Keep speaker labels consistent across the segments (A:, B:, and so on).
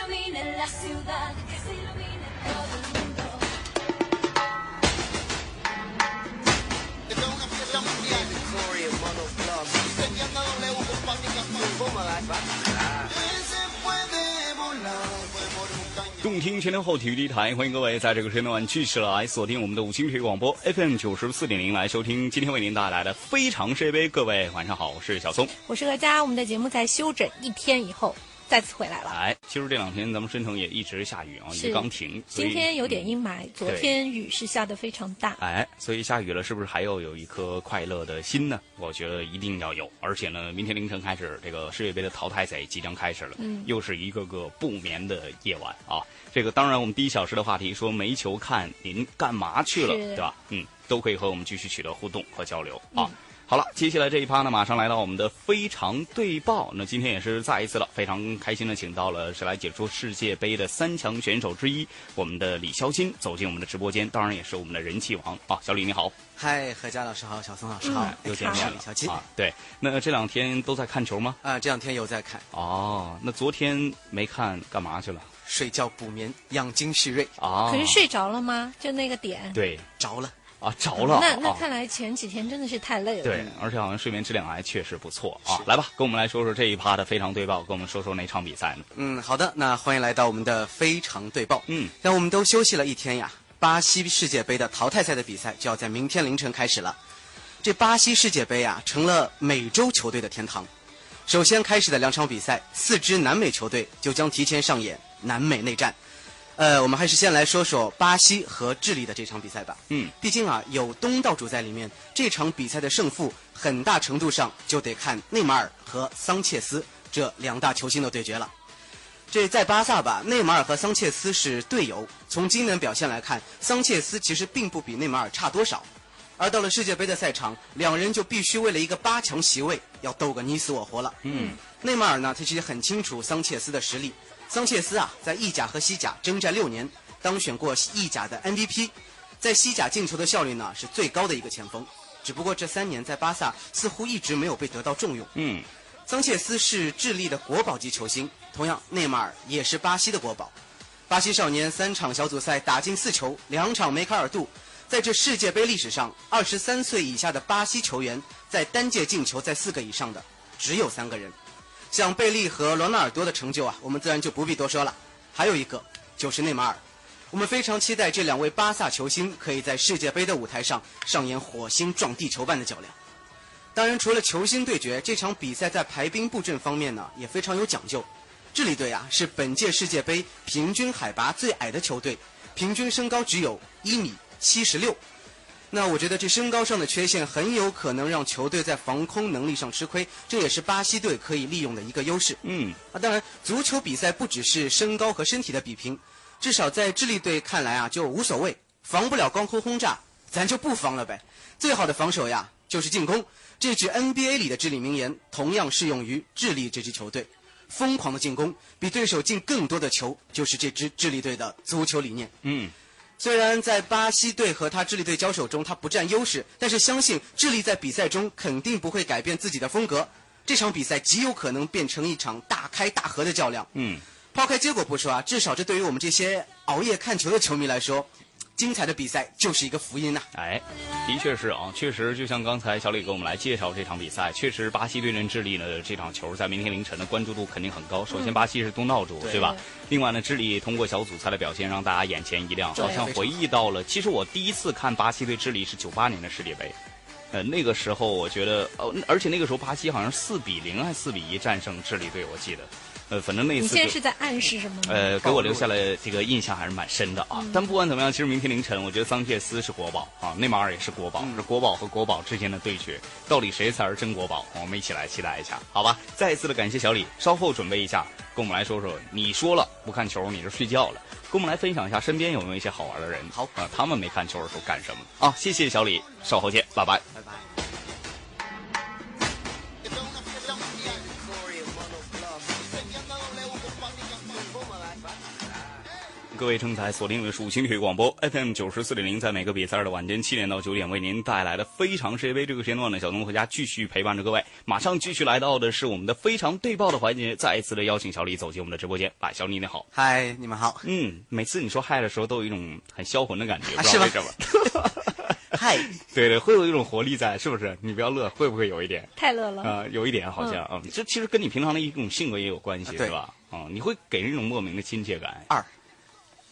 A: la ciudad que se ilumine todo el mundo.
B: Esto es una fiesta mundial. Usted que anda W con paticas Se puede volar, puede por un cañón.
C: 动听全天候体育第一台，欢迎各位在这个时间段继续来锁定我们的五星体育广播 FM 九十四点零来收听今天为您带来的非常世界杯。各位晚上好，我是小松。
D: 我是何佳，我们的节目在休整一天以后再次回来了。
C: 哎，其实这两天咱们申城也一直下雨啊，
D: 是
C: 雨刚停，所以
D: 今天有点阴霾，昨
C: 对
D: 天雨是下得非常大。
C: 哎，所以下雨了，是不是还要有一颗快乐的心呢？我觉得一定要有。而且呢，明天凌晨开始，这个世界杯的淘汰赛即将开始了，嗯，又是一个个不眠的夜晚啊。这个当然，我们第一小时的话题说没球看，您干嘛去了，
D: 是
C: 对吧？嗯，都可以和我们继续取得互动和交流啊。
D: 嗯
C: 好了，接下来这一趴呢，马上来到我们的非常对报。那今天也是再一次了，非常开心的请到了是来解说世界杯的三强选手之一，我们的李霄钦走进我们的直播间，当然也是我们的人气王啊，小李你好，
E: 嗨，何佳老师好，小松老师好，
C: 又见面
E: 是
C: 了
E: 李小金
C: 啊，对，那这两天都在看球吗？
E: 啊，这两天有在看，
C: 哦，那昨天没看，干嘛去了？
E: 睡觉补眠，养精蓄锐，
C: 啊，
D: 可是睡着了吗？就那个点。
C: 对
E: 着了。
C: 啊，着了，
D: 那那
C: 啊
D: 看来前几天真的是太累了。
C: 对，而且好像睡眠质量还确实不错啊。来吧，跟我们来说说这一趴的非常对报，跟我们说说哪场比赛呢？
E: 嗯，好的，那欢迎来到我们的非常对报。
C: 嗯，
E: 那我们都休息了一天呀，巴西世界杯的淘汰赛的比赛就要在明天凌晨开始了。这巴西世界杯啊，成了美洲球队的天堂。首先开始的两场比赛，四支南美球队就将提前上演南美内战。呃，我们还是先来说说巴西和智利的这场比赛吧。
C: 嗯，
E: 毕竟啊，有东道主在里面，这场比赛的胜负很大程度上就得看内马尔和桑切斯这两大球星的对决了。这在巴萨吧，内马尔和桑切斯是队友。从今年表现来看，桑切斯其实并不比内马尔差多少。而到了世界杯的赛场，两人就必须为了一个八强席位要斗个你死我活了。嗯，内马尔呢，他其实很清楚桑切斯的实力。桑切斯啊，在意甲和西甲征战六年，当选过意甲的 MVP，在西甲进球的效率呢是最高的一个前锋。只不过这三年在巴萨似乎一直没有被得到重用。
C: 嗯，
E: 桑切斯是智利的国宝级球星，同样内马尔也是巴西的国宝。巴西少年三场小组赛打进四球，两场梅开二度，在这世界杯历史上，二十三岁以下的巴西球员在单届进球在四个以上的只有三个人。像贝利和罗纳尔多的成就啊，我们自然就不必多说了。还有一个就是内马尔，我们非常期待这两位巴萨球星可以在世界杯的舞台上上演火星撞地球般的较量。当然，除了球星对决，这场比赛在排兵布阵方面呢也非常有讲究。智利队啊是本届世界杯平均海拔最矮的球队，平均身高只有一米七十六。那我觉得这身高上的缺陷很有可能让球队在防空能力上吃亏，这也是巴西队可以利用的一个优势。
C: 嗯，
E: 啊，当然，足球比赛不只是身高和身体的比拼，至少在智利队看来啊，就无所谓，防不了高空轰炸，咱就不防了呗。最好的防守呀，就是进攻。这句 NBA 里的至理名言同样适用于智利这支球队。疯狂的进攻，比对手进更多的球，就是这支智利队的足球理念。
C: 嗯，
E: 虽然在巴西队和他智利队交手中他不占优势，但是相信智利在比赛中肯定不会改变自己的风格。这场比赛极有可能变成一场大开大合的较量。
C: 嗯，
E: 抛开结果不说啊，至少这对于我们这些熬夜看球的球迷来说，精彩的比赛就是一个福音呐、
C: 哎，的确是啊，确实就像刚才小李给我们来介绍这场比赛，确实巴西对阵智利呢这场球在明天凌晨的关注度肯定很高。首先，巴西是东道主，对吧？另外呢，智利通过小组赛的表现让大家眼前一亮，好像回忆到了。其实我第一次看巴西对智利是九八年的世界杯。呃，那个时候我觉得，哦，而且那个时候巴西好像四比零还四比一战胜智利队，我记得。呃，反正那
D: 你
C: 次
D: 现在
C: 就是
D: 在暗示什么呢？
C: 呃，给我留下了这个印象还是蛮深的啊。但不管怎么样，其实明天凌晨，我觉得桑切斯是国宝啊，内马尔也是国宝，是国宝和国宝之间的对决，到底谁才是真国宝？我们一起来期待一下，好吧？再一次的感谢小李，稍后准备一下，跟我们来说说，你说了不看球，你是睡觉了，跟我们来分享一下身边有没有一些好玩的人，
E: 好
C: 啊，他们没看球的时候干什么啊？谢谢小李，稍后见，拜拜。
E: 拜
B: Esto es
E: 拜。
B: una fiesta mundial. Usted que anda W con paticas
C: 各位正在锁定的是五星体育广播 FM 九十四点零，在每个比赛日的晚间七点到九点，为您带来的非常世界杯这个时间段呢，小东回家继续陪伴着各位。马上继续来到的是我们的非常对报的环节，再一次的邀请小李走进我们的直播间。哎来，小李你好。
E: 嗨，你们好，
C: 嗯，每次你说嗨的时候，都有一种很销魂的感觉，
E: 啊
C: 不知道为
E: 是
C: 什
E: 吗
C: 么。
E: 嗨，
C: 对对，会有一种活力在，是不是？你不要乐，会不会有一点？
D: 太乐了。
C: 啊、有一点好像啊、嗯这其实跟你平常的一种性格也有关系，
E: 对
C: 是吧？啊、你会给人一种莫名的亲切感。
E: 二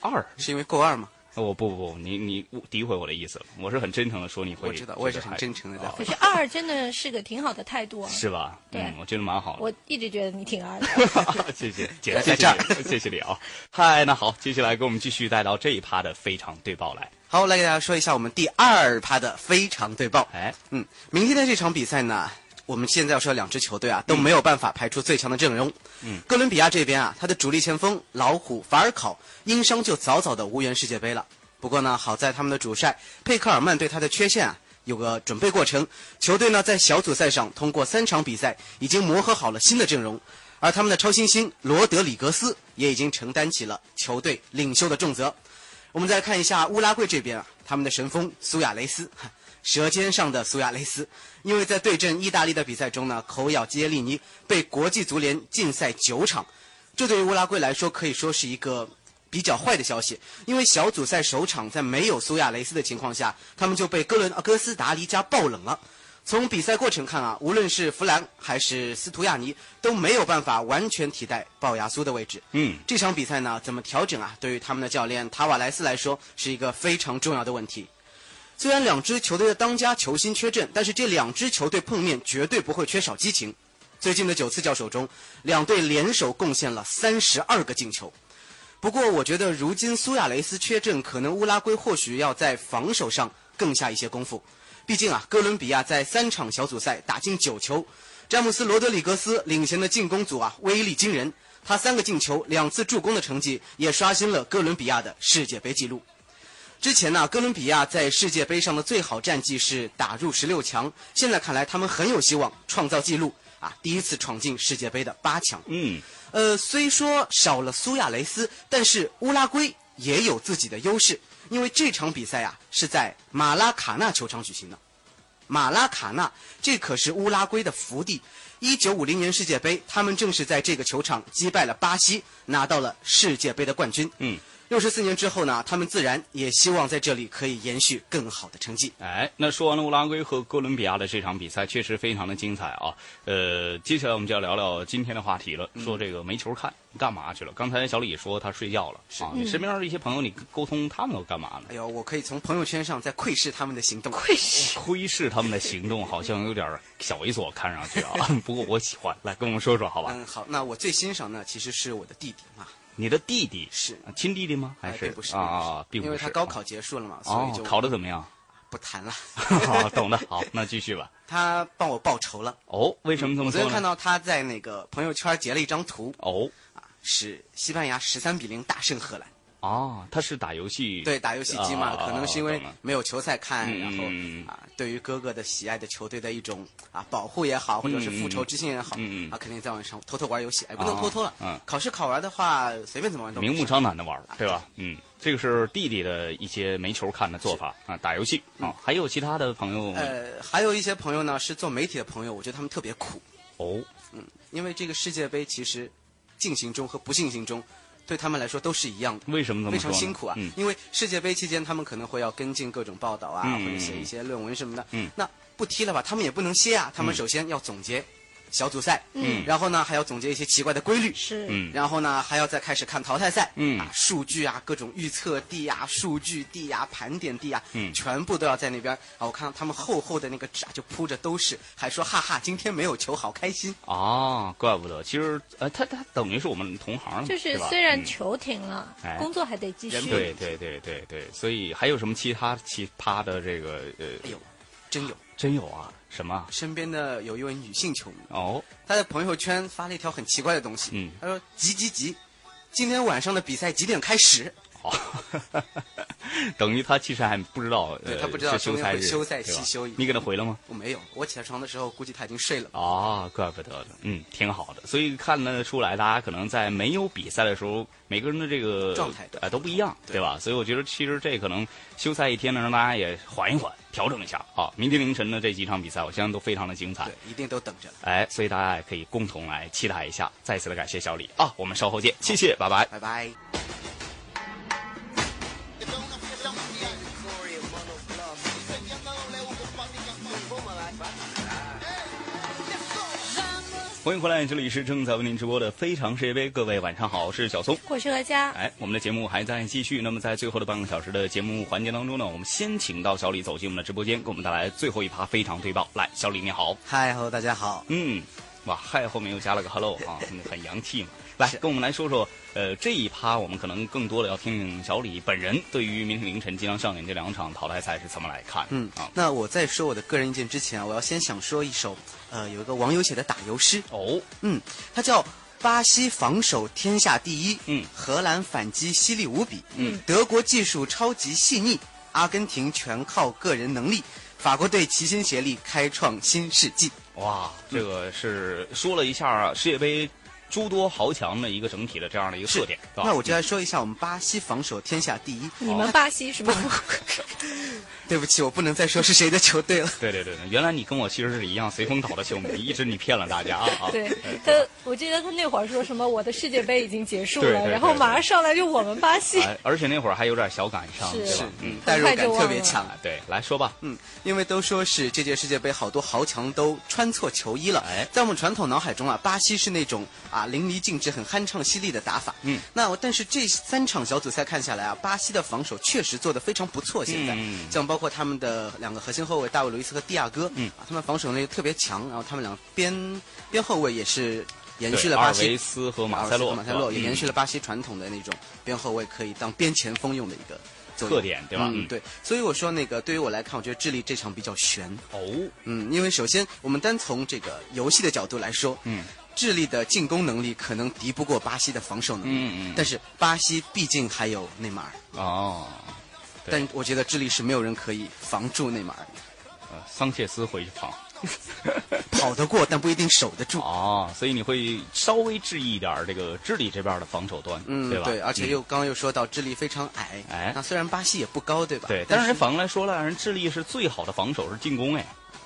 C: 二，
E: 是因为过二吗？
C: 呃我不不不，你你诋毁我的意思了，我是很真诚的说你会，
E: 我知道我也是很真诚地在
C: 啊
D: 可是二真的是个挺好的态度啊，
C: 是吧？
D: 对
C: 嗯，我觉得蛮好的。
D: 我一直觉得你挺二的。
C: 谢谢姐，
E: 在
C: 谢
E: 这
C: 谢
E: 儿
C: 你，谢谢你啊！嗨，那好，接下来给我们继续带到这一趴的非常对报来。
E: 好，来给大家说一下我们第二趴的非常对报。
C: 哎，
E: 嗯，明天的这场比赛呢，我们现在要说两支球队啊都没有办法排出最强的阵容。嗯，哥伦比亚这边啊，他的主力前锋老虎法尔考因伤就早早的无缘世界杯了。不过呢，好在他们的主帅佩克尔曼对他的缺陷啊有个准备过程，球队呢在小组赛上通过三场比赛已经磨合好了新的阵容，而他们的超新星罗德里格斯也已经承担起了球队领袖的重责。我们再看一下乌拉圭这边啊，他们的神锋苏亚雷斯，舌尖上的苏亚雷斯，因为在对阵意大利的比赛中呢，口咬基耶利尼，被国际足联禁赛九场，这对于乌拉圭来说可以说是一个比较坏的消息，因为小组赛首场在没有苏亚雷斯的情况下，他们就被哥伦哥斯达黎加爆冷了。从比赛过程看啊，无论是弗兰还是斯图亚尼都没有办法完全替代鲍亚苏的位置。
C: 嗯，
E: 这场比赛呢，怎么调整啊？对于他们的教练塔瓦莱斯来说，是一个非常重要的问题。虽然两支球队的当家球星缺阵，但是这两支球队碰面绝对不会缺少激情。最近的九次交手中，两队联手贡献了三十二个进球。不过，我觉得如今苏亚雷斯缺阵，可能乌拉圭或许要在防守上更下一些功夫。毕竟啊，哥伦比亚在三场小组赛打进九球，詹姆斯·罗德里格斯领衔的进攻组啊威力惊人，他三个进球、两次助攻的成绩也刷新了哥伦比亚的世界杯纪录。之前呢、哥伦比亚在世界杯上的最好战绩是打入十六强，现在看来他们很有希望创造纪录啊，第一次闯进世界杯的八强。
C: 嗯，
E: 呃，虽说少了苏亚雷斯，但是乌拉圭也有自己的优势，因为这场比赛啊是在马拉卡纳球场举行的。马拉卡纳，这可是乌拉圭的福地。一九五零年世界杯，他们正是在这个球场击败了巴西，拿到了世界杯的冠军。
C: 嗯，
E: 六十四年之后呢，他们自然也希望在这里可以延续更好的成绩。
C: 哎，那说完了乌拉圭和哥伦比亚的这场比赛，确实非常的精彩啊。呃，接下来我们就要聊聊今天的话题了，
E: 嗯
C: 说这个没球看，干嘛去了？刚才小李说他睡觉了啊，你身边的一些朋友，你沟通他们都干嘛呢？
E: 哎呦，我可以从朋友圈上再窥视他们的行动。
D: 会是
C: 窥视他们的行动好像有点小猥琐，看上去 啊。不过我喜欢，来跟我们说说好吧？
E: 嗯，好，那我最欣赏呢，其实是我的弟弟啊。
C: 你的弟弟
E: 是
C: 亲弟弟吗？还
E: 哎
C: 是
E: 并不是
C: 啊啊，并
E: 并不
C: 不
E: 是因为
C: 是
E: 他高考结束了嘛，所以
C: 哦
E: 就，
C: 考的怎 么样？
E: 不谈 了。
C: 好，懂的。好，那继续吧。
E: 他帮我报仇了。
C: 哦，为什么这
E: 我
C: 么
E: 嗯昨
C: 说
E: 天看
C: 呢？
E: 到他在那个朋友圈截了一张图，
C: 哦
E: 是西班牙十三比零大胜荷兰。
C: 啊，他是打游戏
E: 对，打游戏机嘛，
C: 啊
E: 可能是因为
C: 懂了
E: 没有球赛看，
C: 嗯
E: 然
C: 嗯嗯
E: 后啊，对于哥哥的喜爱的球队的一种啊保护也好，或者是复仇之心也好
C: 嗯嗯嗯，嗯
E: 啊，肯定在晚上偷偷玩游戏，哎，不能
C: 啊
E: 偷偷了
C: 嗯。
E: 考试考完的话，随便怎么玩都没
C: 明目
E: 事
C: 张胆的玩儿，对
E: 啊
C: 吧？嗯，这个是弟弟的一些没球看的做法啊，打游戏啊，还有其他的朋友
E: 嗯呃，还有一些朋友呢是做媒体的朋友，我觉得他们特别苦。
C: 哦，
E: 因为这个世界杯其实进行中和不进行中，对他们来说都是一样的。
C: 为什么这么
E: 非
C: 说
E: 常
C: 呢？
E: 辛苦啊！
C: 嗯
E: 因为世界杯期间，他们可能会要跟进各种报道啊，
C: 嗯
E: 或者写一些论文什么的。
C: 嗯
E: 那不踢了吧，他们也不能歇啊。他们首先要总结小组赛，
C: 嗯
E: 然后呢还要总结一些奇怪的规律，
D: 是
C: 嗯
E: 然后呢还要再开始看淘汰赛，
C: 嗯
E: 啊，数据啊，各种预测地啊，数据地啊，盘点地啊，
C: 嗯
E: 全部都要在那边啊。我看到他们厚厚的那个纸啊，就铺着都是，还说哈哈，今天没有球，好开心。
C: 啊，怪不得，其实呃，他他等于是我们同行了嘛，
D: 就是
C: 吧
D: 虽然
C: 嗯
D: 球停了
C: 哎，
D: 工作还得继
E: 人
D: 续。
E: 不
C: 对对对对对，所以还有什么其他奇葩的这个呃，
E: 哎呦，真有！
C: 真有啊？什么啊？
E: 身边的有一位女性球迷，
C: 哦，
E: 她在朋友圈发了一条很奇怪的东西，
C: 嗯
E: 她说：“急急急，今天晚上的比赛几点开始
C: 好， 等于他其实还不知道，
E: 对
C: 呃
E: 他不知道
C: 是休赛日，
E: 中间会休赛
C: 对吧
E: 细休一
C: 你给他回了吗？
E: 我没有，我起来床的时候估计他已经睡了。
C: 啊，怪不得的，嗯，挺好的。所以看得出来，大家可能在没有比赛的时候，每个人的这个
E: 状态
C: 啊、都不一样，对吧？所以我觉得其实这可能休赛一天呢，让大家也缓一缓，调整一下啊。明天凌晨的这几场比赛，我相信都非常的精彩
E: 对，，一定都等着了。
C: 哎，所以大家也可以共同来期待一下。再次的感谢小李啊，我们稍后见，谢谢，拜拜。
E: 拜拜。
B: Esta es una fiesta mundial. Gloria, mano, club. Enseñando a W con Papi Campos. Bomba, like, Hey, let's go.
C: 欢迎回来，这里是正在为您直播的《非常世界杯》，各位晚上好，我是小松。
D: 我是何佳，
C: 哎，我们的节目还在继续。那么在最后的半个小时的节目环节当中呢，我们先请到小李走进我们的直播间，给我们带来最后一趴非常对报。来，小李你好，
E: 嗨，Hello，大家好。
C: 嗯，哇，嗨后面又加了个 hello 啊，嗯很洋气嘛。来，跟我们来说说，呃，这一趴我们可能更多的要听听小李本人对于明天凌晨即将上演这两场淘汰赛是怎么来看的。
E: 嗯
C: 啊，，
E: 那我在说我的个人意见之前啊，我要先想说一首，呃，有一个网友写的打油诗，
C: 哦，
E: 嗯，它叫《巴西防守天下第一》，
C: 嗯
E: 荷兰反击犀利无比，
C: 嗯，
E: 德国技术超级细腻，阿根廷全靠个人能力，法国队齐心协力开创新世纪。
C: 哇，这个是说了一下世界杯诸多豪强的一个整体的这样的嗯一个特点。是吧
E: 那我就来说一下我们巴西防守天下第一。
D: 你们巴西是吧？
E: 对不起，我不能再说是谁的球队了。
C: 对对对，对原来你跟我其实是一样随风倒的球迷，一直你骗了大家啊！啊
D: 对他，我记得他那会儿说什么我的世界杯已经结束
C: 对对
D: 了，
C: 对
D: 然后马上上来就我们巴西，
C: 哎，而且那会儿还有点小感伤，
D: 是
C: 对吧
E: 是？，
C: 嗯，
E: 嗯，代入感特别强。
C: 啊，对，来说吧，
E: 嗯，因为都说是这届世界杯，好多豪强都穿错球衣了。
C: 哎
E: 在我们传统脑海中啊，巴西是那种啊淋漓尽致、很酣畅犀利的打法。
C: 嗯，
E: 那我但是这三场小组赛看下来啊，巴西的防守确实做得非常不错。现在，
C: 嗯
E: 像包括他们的两个核心后卫大卫·路易斯和蒂亚戈，
C: 嗯
E: 啊，他们防守能力特别强，然后他们两边边后卫也是延
C: 对
E: 续了
C: 阿
E: 巴
C: 尔维
E: 西。
C: 斯和马
E: 阿尔
C: 塞
E: 维斯啊
C: 洛，
E: 和马塞洛
C: 是吧
E: 也延续
C: 嗯
E: 了巴西传统的那种边后卫可以当边前锋用的一个作用
C: 特点对吧
E: 嗯
C: 嗯，
E: 对。所以我说那个，对于我来看，我觉得智利这场比较悬。
C: 哦，
E: 嗯，因为首先我们单从这个游戏的角度来说，
C: 嗯，
E: 智利的进攻能力可能敌不过巴西的防守能力，
C: 嗯嗯
E: 但是巴西毕竟还有内马尔，
C: 哦，对
E: 但我觉得智利是没有人可以防住内马尔的，
C: 呃桑切斯回去防。
E: 跑得过但不一定守得住。
C: 哦，所以你会稍微质疑一点儿这个智利这边的防守端，
E: 嗯，
C: 对吧？
E: 而且
C: 嗯
E: 又、刚刚又说到智利非常矮，
C: 哎
E: 那虽然巴西也不高，对吧？
C: 对，但
E: 但
C: 是人反过来说了，人智利是最好的防守是进攻哎。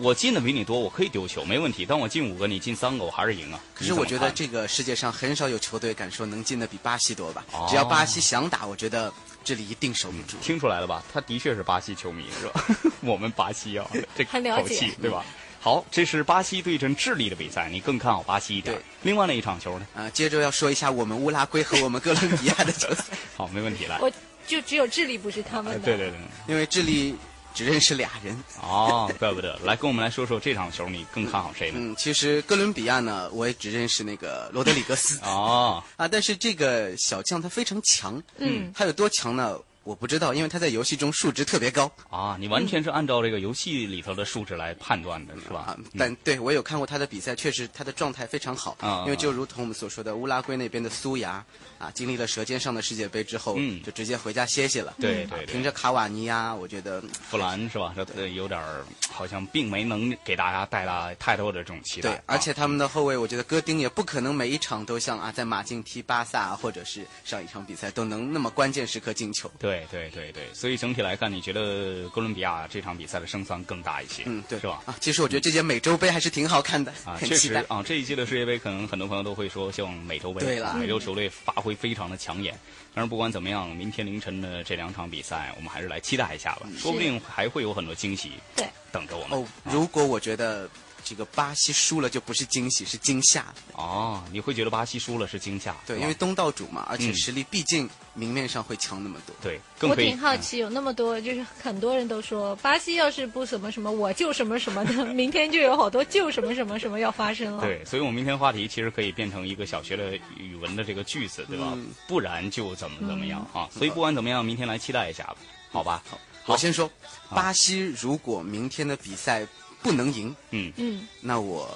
C: 我进的比你多，我可以丢球，没问题。但我进五个，你进三个，我还是赢啊。
E: 可
C: 你
E: 是
C: 怎么
E: 我觉得
C: 看
E: 这个世界上很少有球队敢说能进的比巴西多吧？
C: 哦
E: 只要巴西想打，我觉得这里一定守不住。
C: 听出来了吧？他的确是巴西球迷，是 吧？我们巴西啊，这
D: 很了
C: 口
D: 解
C: 气，对吧？好，这是巴西对阵智利的比赛，你更看好巴西一点
E: 对。
C: 另外那一场球呢？
E: 啊、接着要说一下我们乌拉圭和我们哥伦比亚的球赛，
C: 好，没问题，来。
D: 我就只有智利不是他们
C: 哎
D: 的。
C: 对对对，
E: 因为智利只认识俩人。
C: 哦，怪不得。来，跟我们来说说这场球，你更看好谁呢？
E: 嗯，其实哥伦比亚呢，我也只认识那个罗德里格斯
C: 哦，
E: 啊，但是这个小将他非常强，
D: 嗯，
E: 他有多强呢？我不知道，因为他在游戏中数值特别高
C: 啊，你完全是按照这个游戏里头的数值来判断的，是吧
D: 嗯
E: 啊，？但对我有看过他的比赛，确实他的状态非常好
C: 啊，
E: 因为就如同我们所说的乌拉圭那边的苏牙啊，经历了舌尖上的世界杯之后，
C: 嗯
E: 就直接回家歇息了。
C: 对
E: 啊
C: 对对
E: 凭着卡瓦尼呀，我觉得
C: 弗兰是吧？这这有点儿好像并没能给大家带来太多的这种期待
E: 对
C: 啊。，
E: 而且他们的后卫，我觉得戈丁也不可能每一场都像啊，在马竞踢巴萨啊或者是上一场比赛都能那么关键时刻进球。
C: 对对对对，所以整体来看，你觉得哥伦比亚这场比赛的胜算更大一些，
E: 嗯，对，
C: 是吧？
E: 啊，其实我觉得这届美洲杯还是挺好看的，
C: 啊，
E: 很
C: 确
E: 期
C: 实
E: 待。
C: 啊，这一届的世界杯，可能很多朋友都会说，像美洲杯，
E: 对了嗯
C: 美洲球队发挥非常的抢眼。但是不管怎么样，明天凌晨的这两场比赛，我们还是来期待一下吧，说不定还会有很多惊喜
D: 对
C: 等着我们
E: 嗯哦。，如果我觉得这个巴西输了，就不是惊喜，是惊吓。
C: 哦，你会觉得巴西输了是惊吓，
E: 对，
C: 是吧
E: 因为东道主嘛，而且
C: 嗯
E: 实力毕竟明面上会强那么多。
C: 对，更
D: 我
C: 可以嗯
D: 挺好奇，有那么多，就是很多人都说，巴西要是不什么什么，我就什么什么的， 明天就有好多就什么什么什么要发生
E: 哦
D: 了。
C: 对，所以我们明天话题其实可以变成一个小学的语文的这个句子，对吧？
E: 嗯
C: 不然就怎么怎么样啊！所以不管怎么样，明天来期待一下吧，好吧？好
E: 我先说，巴西如果明天的比赛不能赢，
C: 嗯，
D: 嗯，
E: 那我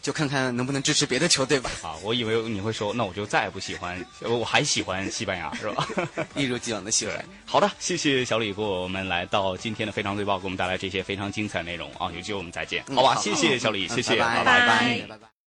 E: 就看看能不能支持别的球队吧。
C: 啊，我以为你会说，那我就再也不喜欢，呃我还喜欢西班牙，是吧？
E: 一如既往的喜欢。
C: 好的，谢谢小李给我们来到今天的《非常汇报》，给我们带来这些非常精彩内容啊！有机会我们再见，
E: 嗯
C: 好吧？
E: 好
C: 谢谢小李，谢谢，
E: 拜
C: 拜
E: 拜拜拜。